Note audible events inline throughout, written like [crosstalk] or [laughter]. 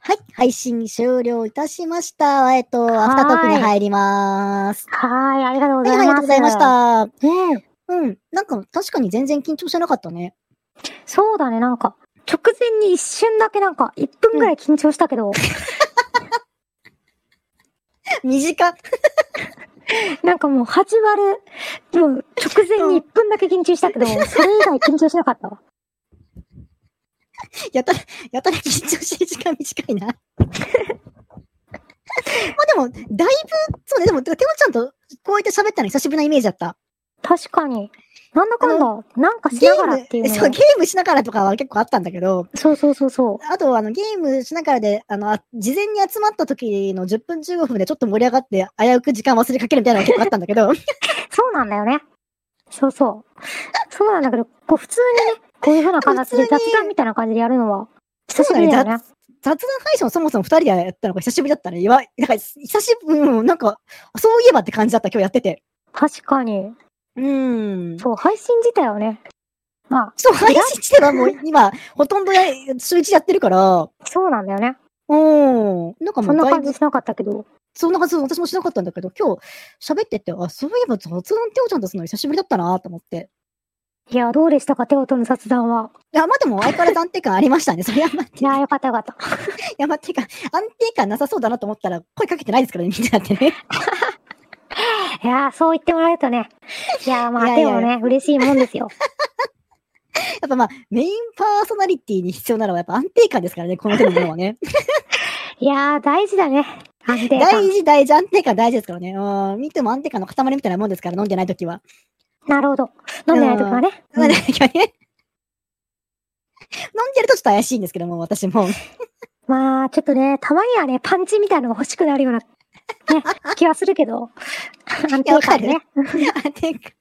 はい、配信終了いたしました。えっと、いアフタートークに入ります。はーい、ありがとうごはい、あざいります。がとうございまし。た。ねえ、うん、なんか確かに全然緊張してなかったね。そうだね、なんか、直前に一瞬だけなんか、1分ぐらい緊張した [laughs] けど、短っ。 [laughs] なんかもう始まる、もう直前に1分だけ緊張し [laughs] たけど、それ以外緊張しなかったわ。やたら、やたら緊張してる時間短いな。 [laughs] まあでも、だいぶ、そうね、でも、てかてもちゃんとこうやって喋ったの久しぶりなイメージだった。確かに。なんだかんだ、なんかしゲながらってーいうム、 [laughs] のそう、はゲームしながらとかは結構あったんだけど、そうそうそうそう。あと、あの、ゲームしながらで、あの、あ事前に集まった時の10分15分でちょっと盛り上がって、危うく時間忘れかけるみたいなのが結構あったんだけど、 [laughs] そうなんだよね。そうそう。そうなんだけど、こう普通にね、こういう風な形で普通雑に談みたいな感じでやるのは、久しそうぶだねりだよね。雑談配信をそもそも2人でやったのが久しぶりだったね。いわ、なんか、久しぶり、うん、なんか、そういえばって感じだった、今日やってて。確かに。うん。そう、配信自体はね、まあ、そう、配信してはもう今、ほとんどや週一やってるから、そうなんだよね。うん。なんかもそうんなだい感ぶじ、しなかったけど。そんなはず、私もしなかったんだけど、今日喋ってて、あ、そういえば雑談っておちゃんとするの久しぶりだったなと思って。いや、どうでしたか、手音の雑談は。いや、まあでも相変わらず安定感ありましたね。それはまあ、いいや、よかったよかった。や、まあ、てか、安定感なさそうだなと思ったら、声かけてないですからね、みんなってね。 [laughs] いや、そう言ってもらえるとね。いや、まあ、いやいでやもね、嬉しいもんですよ。やっぱまあ、メインパーソナリティに必要なのはやっぱ安定感です [laughs] からね、この手のものはね。いや、大事だね。安定大感。事、大事、安定感大事ですからね。うん、見ても安定感の塊みたいなもんですから、飲んでないときは。なるほど。飲んでないときはね。 [laughs] 飲んでないときはね。飲んでるとちょっと怪しいんですけども、私も。 [laughs] まあ、ちょっとね、たまにはね、パンチみたいなのが欲しくなるような、ね、気はするけど。安定感ね。安定感。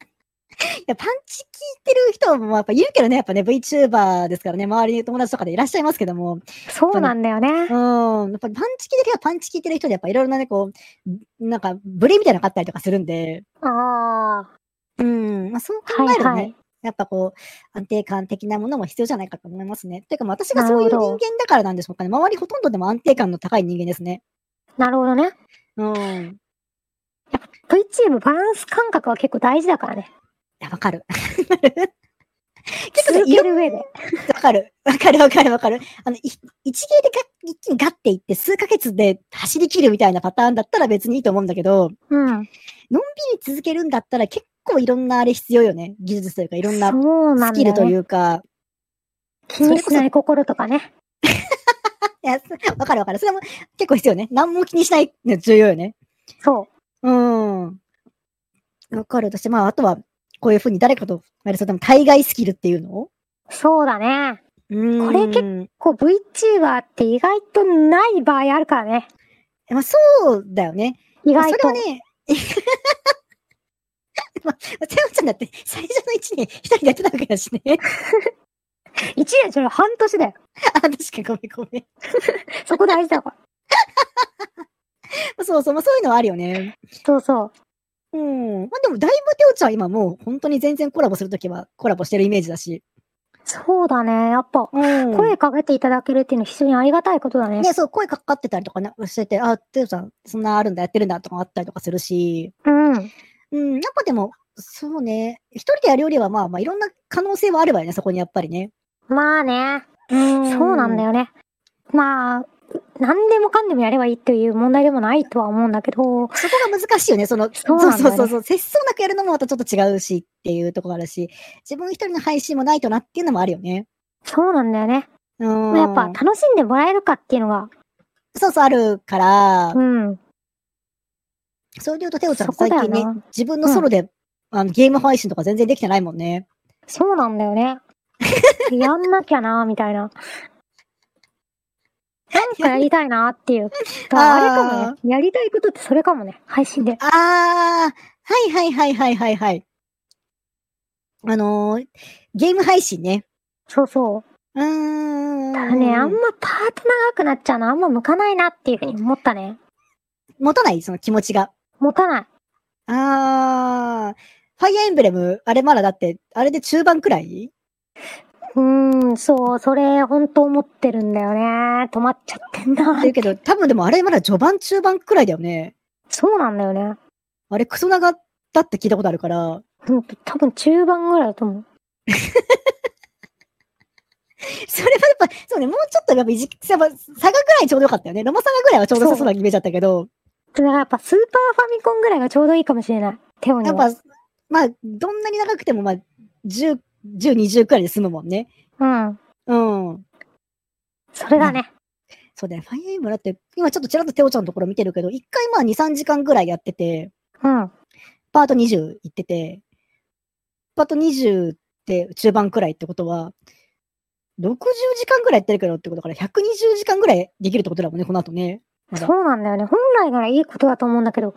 いやパンチ効いてる人もやっぱいるけどね、やっぱね、VTuber ですからね、周りに友達とかでいらっしゃいますけども、そうなんだよね。うん、やっぱりパンチ効いてる人はパンチ効いてる人で、やっぱいろいろなね、こう、なんか、ブレみたいなのがあったりとかするんで、ああ、うん、まあ、そう考はえいるとね、はい。やっぱこう、安定感的なものも必要じゃないかと思いますね。というか、まあ私がそういうなる人ほど間だからなんでしょうかね。周りほとんどでも安定感の高い人間ですね。なるほどね。うん。 V チームバランス感覚は結構大事だからね。いや、わかる。 [laughs] 結構続ね、いけろる上で。わかる。わかるわかるわかる。あの、い一芸でが一気にガッていって、数ヶ月で走り切るみたいなパターンだったら別にいいと思うんだけど、うん。日々続けるんだったら結構いろんなあれ必要よね。技術というか、いろんなそうなスんだキルとよいね。うか。気にしない心とかね。いや、わかるわかる。それも結構必要ね。何も気にしないの重要よね。そう。うん。わかる。私、まあ、あとは、こういうふうに誰かと、あれ、それでも、対外スキルっていうのそうだね。うんこれ結こう VTuber って意外とない場合あるからね。まあ、そうだよね。意まあ、外それと。はね、 [laughs] まあ、まあ、ちゃんちゃんだって、最初の1年、一人でやってたわけだしね。一年じゃない半年だよ。あ、確かにごめんごめんそこ大事だから。まあ。そうそう、まあ、そういうのはあるよね。そうそうう。ん。まあ、でも、だいぶ、ておちゃん、今もう、本当に全然コラボするときは、コラボしてるイメージだし。そうだね。やっぱ、うん声かけていただけるっていうのは非常にありがたいことだね。ね、そう、声かかってたりとかね、してて、あ、ておちゃん、そんなあるんだ、やってるんだ、とかあったりとかするし。うん。うん、やっぱでも、そうね、一人でやるよりは、まあ、まあ、いろんな可能性はあるわよね、そこにやっぱりね。まあね。うんそうなんだ。よね。まあ、何でもかんでもやればいいっていう問題でもないとは思うんだけど、そこが難しいよね、その、そそううなんだよねそうそうそう、節操なくやるのもまたちょっと違うしっていうところがあるし、自分一人の配信もないとなっていうのもあるよね。そうなんだよね。うん。まあやっぱ、楽しんでもらえるかっていうのが、そうそうあるから、うん。それで言うと、ておちゃんそこ最だよ近ね、な。自分のソロで、あのゲーム配信とか全然できてないもんね。そうなんだよ [laughs] ね。やんなきゃな、みたいな。なんかやりたいなっていう。ああれかもね。やりたいことってそれかもね。配信で。あー、はいはいはいはいはいはい。あのーゲーム配信ね。そうそう。うーん。ただね、あんまパート長くなっちゃうのあんま向かないなっていうふうに思ったね。持たないその気持ちが。持たない。あー。ファイアーエンブレム、あれまだだって、あれで中盤くらいうーん、そう、それ、本当思ってるんだよね。止まっちゃってんなだ。けど、多分でもあれまだ序盤中盤くらいだよね。そうなんだよね。あれクソ長だって聞いたことあるから、うん多分中盤ぐらいだと思う。それはやっぱ、そうね、もうちょっとやっぱいじ、やっぱ佐賀ぐらいちょうどよかったよね。ロマ佐賀ぐらいはちょうど良さそうなイメージだったけど、だからやっぱスーパーファミコンぐらいがちょうどいいかもしれない。テオにやっは。ぱ、まあ、どんなに長くても、まあ、10、10、20くらいで済むもんね。うん。うん。それだね。そうだよ、ファイアエムだって、今ちょっとちらっとテオちゃんのところ見てるけど、一回まあ2、3時間ぐらいやってて、うん。パート20行ってて、パート20って中盤くらいってことは、60時間ぐらいやってるけどってことだから、120時間ぐらいできるってことだもんね、この後ね。まだそうなんだよね。本来ならいいことだと思うんだけど、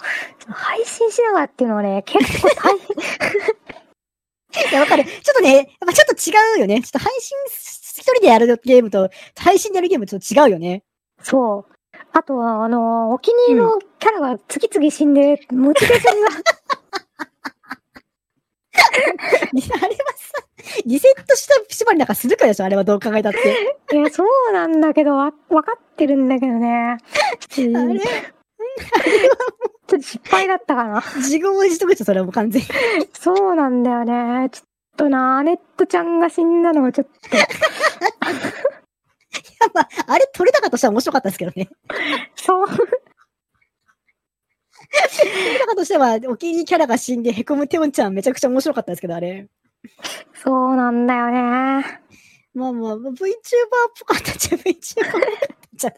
配信しながらっていうのはね、結構 [laughs] 大変。いや、わかる。ちょっとね、やっぱちょっと違うよね。ちょっと配信し一人でやるゲームと、配信でやるゲームちょっと違うよね。そう。あとは、あのーお気に入りのキャラが次々死んで、モチベーシ [laughs] ョンが、あれはさ、リセットした縛りなんかするからでしょ、あれはどう考えたって。いや、そうなんだけど、わ、分かってるんだけどね。ち [laughs] あょっれと失敗だったかな。自業自得でしょ、それはもう完全に。そうなんだよね。ちょっとな、アネットちゃんが死んだのがちょっと、やっぱ、あれ取れたかとしたら面白かったですけどね。そう、取れたかとしては、お気に入りキャラが死んでへこむテオンちゃんめちゃくちゃ面白かったですけど、あれ。そうなんだよね。まあまあ、VTuber っぽかったっちゃ VTuber っぽかったじゃ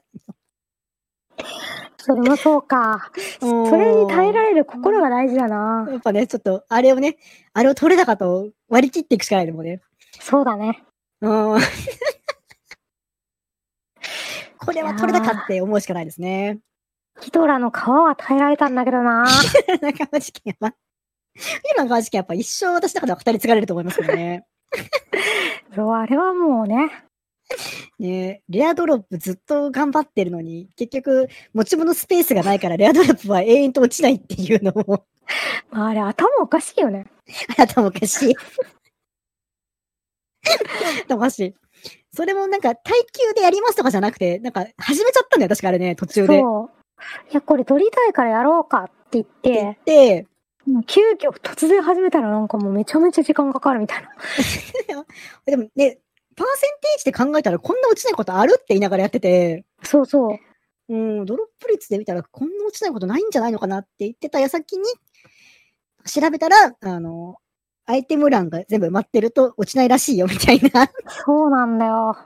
それもそうか。ん。それに耐えられる心が大事だな。やっぱね、ちょっと、あれをね、あれを取れたかと割り切っていくしかないのもんね。そうだね。 [laughs] うん。これは取れたかって思うしかないですね。ヒドラの皮は耐えられたんだけどな。 [laughs] 中川事件は。今の川事件はやっぱ一生私の中では語り継がれると思いますけどね。そう、あれはもうね。ねレアドロップずっと頑張ってるのに、結局持ち物スペースがないからレアドロップは永遠と落ちないっていうのも、まあ、あれ頭おかしいよね。あなたもおかしい。あなたもおかしい。それもなんか耐久でやりますとかじゃなくて、なんか始めちゃったんだよ、確かあれね、途中で。そう。いや、これ撮りたいからやろうかって言っって言てっ、て、急遽突然始めたらなんかもうめちゃめちゃ時間かかるみたいな。でもね、パーセンテージで考えたらこんな落ちないことあるって言いながらやってて、そうそう。うん、ドロップ率で見たらこんな落ちないことないんじゃないのかなって言ってた矢先に、調べたら、あの、アイテム欄が全部埋まってると落ちないらしいよみたいな。 [laughs] そうなんだよ。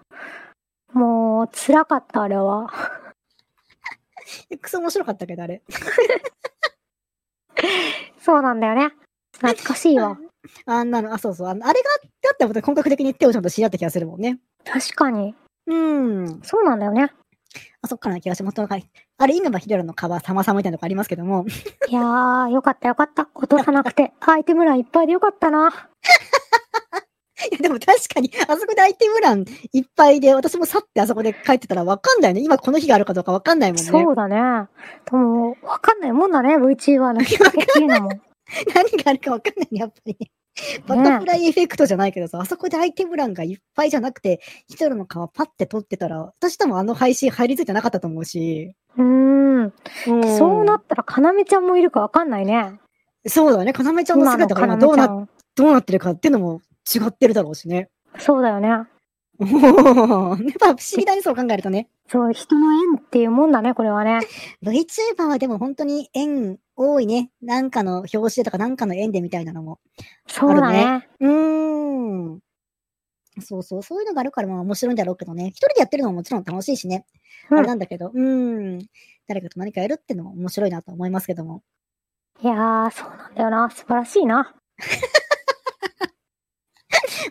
もう、辛かった、あれは。クソ面白かったけど、あれ。そうなんだよね。懐かしいわ。あんなの、あ、そうそう。あのあれがあったら本格的にテオちゃんと知り合った気がするもんね。確かに。うん。そうなんだよね。あそっからな気がします。はいあれ、稲葉秀良の皮、様々みたいなとこありますけども。 [laughs] いやー、よかったよかった。落とさなくて。アイテム欄いっぱいでよかったな。いやでも確かに、あそこでアイテム欄いっぱいで、私もさってあそこで書いてたらわかんないよね。今この日があるかどうかわかんないもんね。そうだね。でも、わかんないもんだね、VTuber のきっかけっていう [laughs] のも。 [laughs] 何があるかわかんないね、やっぱりね。バタフライエフェクトじゃないけどさ、あそこでアイテム欄がいっぱいじゃなくて、ヒトラの皮パッて取ってたら、私多分あの配信入り付いてなかったと思うし。うーん。そうなっったら、かなめちゃんもいるかわかんないね。そうだね。かなめちゃんの今の姿がかな今どめうちゃな、ん。どうなってるかっていうのも違ってるだろうしね。 [laughs] そうだよね。おーやっぱ不思議だね、そう考えるとね。そう、人の縁っていうもんだね、これ [laughs] はね。 VTuber はでも本当に縁多いね。なんかの表紙でとかなんかの縁でみたいなのも。そうだあね。うーん。そうそう、そういうのがあるからまあ面白いんだろうけどね。一人でやってるのももちろん楽しいしね。うんあれなんだけど、うーん。誰かと何かやるってのも面白いなと思いますけども。いやー、そうなんだよな。素晴らしいな。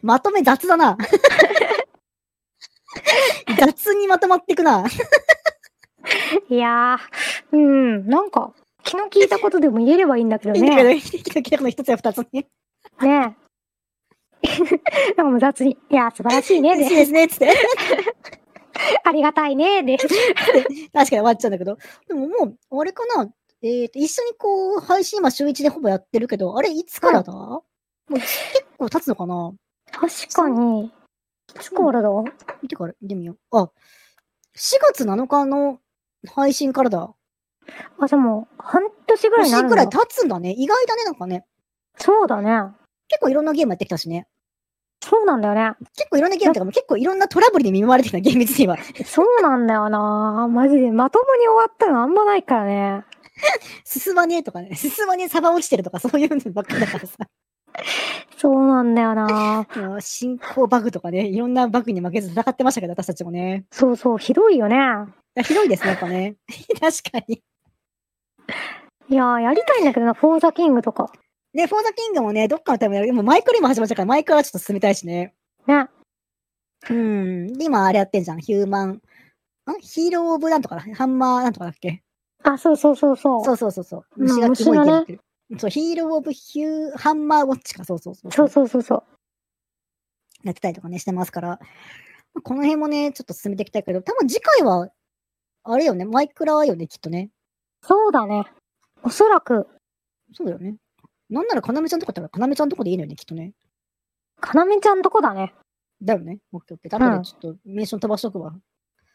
まとめ雑だな。 [laughs] 雑にまとまっていくな。いやー、うん、なんか、気の利いたことでも言えればいいんだけ [laughs] どいいんだけど、ね。生きてきたの一つや二つね。ね [laughs] なんかもう雑に、いやー、素晴らし [laughs] いね、嬉しいで、ですね、つって。ありがたいね、で、確かに終わっちゃうんだけど、でももう、あれかな、えー、と一緒にこう、配信今週一でほぼやってるけど、あれいつからだ、もう結構経つのかな確かに、スコールだ。見てから、見てみよう。あ、4月7日の配信からだ。あ、でも、半年ぐらいにな年るんくだらい経つんだね。意外だね、なんかね。そうだね。結構いろんなゲームやってきたしね。そうなんだよね。結構いろんなゲームとかも結構いろんなトラブルに見舞われてきた、厳密には。そうなんだよな。マジで、まともに終わったのあんまないからね。進まねえとかね、進まねえ、サバ落ちてるとかそういうのばっかだから [laughs] さ。そうなんだよな。あの進行バグとかね、いろんなバグに負けず戦ってましたけど、私たちもね。そうそう、ひどいよね。いやひどいですね、やっぱね。 [laughs] 確かに。いやー、やりたいんだけどな、フォーザキングとか。で、フォーザキングもね、どっかのタイムで、でもマイクラ今始まっちゃうから、マイクラはちょっと進みたいしね。ね。うん。で今あれやってんじゃん、ヒューマン。あヒーローオブなんとかだ、ハンマーなんとかだっけあ、そうそうそうそう。そそううそうそうそう。まあ虫がキモいゲー虫のムねってる。そう、ヒーローオブヒュー、ハンマーウォッチか、そうそうそう。そうそうそうそう。やってたりとかね、してますから、この辺もね、ちょっと進めていきたいけど、多分次回は、あれよね、マイクラよね、きっとね。だね。おそらく、そうだよね。なんなら、かなめちゃんとこだったら、かなめちゃんとこでいいのよね、きっとね。かなめちゃんとこだね。だよね。オッケーオッケー。うん後でちょっと、メンション飛ばしとくわ。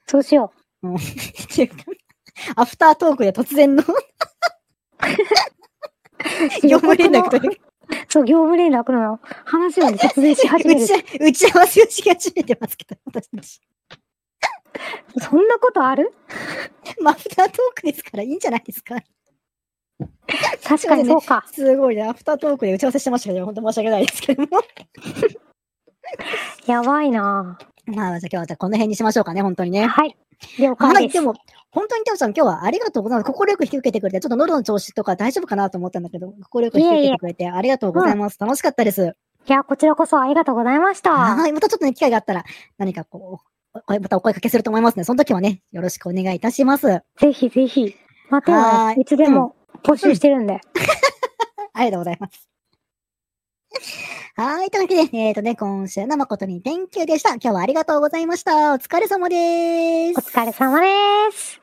そうしようん。っていうか [laughs] アフタートークで突 [laughs] 然のう。業務連予絡告とのいうかそう、業務連絡の話 [laughs] をね突然し始め打る。ち合わ打ち合わせをし始めてますけど、私たち。そんなことあるまあ、アフタートークですからいいんじゃないですか。確かにそうか。すごいね。アフタートークで打ち合わせしてましたけど、本当申し訳ないですけども。 [laughs] やばいなまあ、じゃあ今日はじゃあこの辺にしましょうかね、本当にね。はい。了は解い、です。でも、本当にタオちゃん、今日はありがとうございます。快く引き受けてくれて、ちょっと喉の調子とか大丈夫かなと思ったんだけど、快く引き受けてくれてありがとうございます。楽しかったです。いや、こちらこそありがとうございました。はい、またちょっとね、機会があったら、何かこう、おおまたお声かけすると思いますので、その時はね、よろしくお願いいたします。あぜひぜひ。またはは、ーいいつでも募集してるんで。りがとうございます。はい、というわけで、えっ、とね、今週の誠に Thank you でした。今日はありがとうございました。お疲れ様でおす。疲れ様です。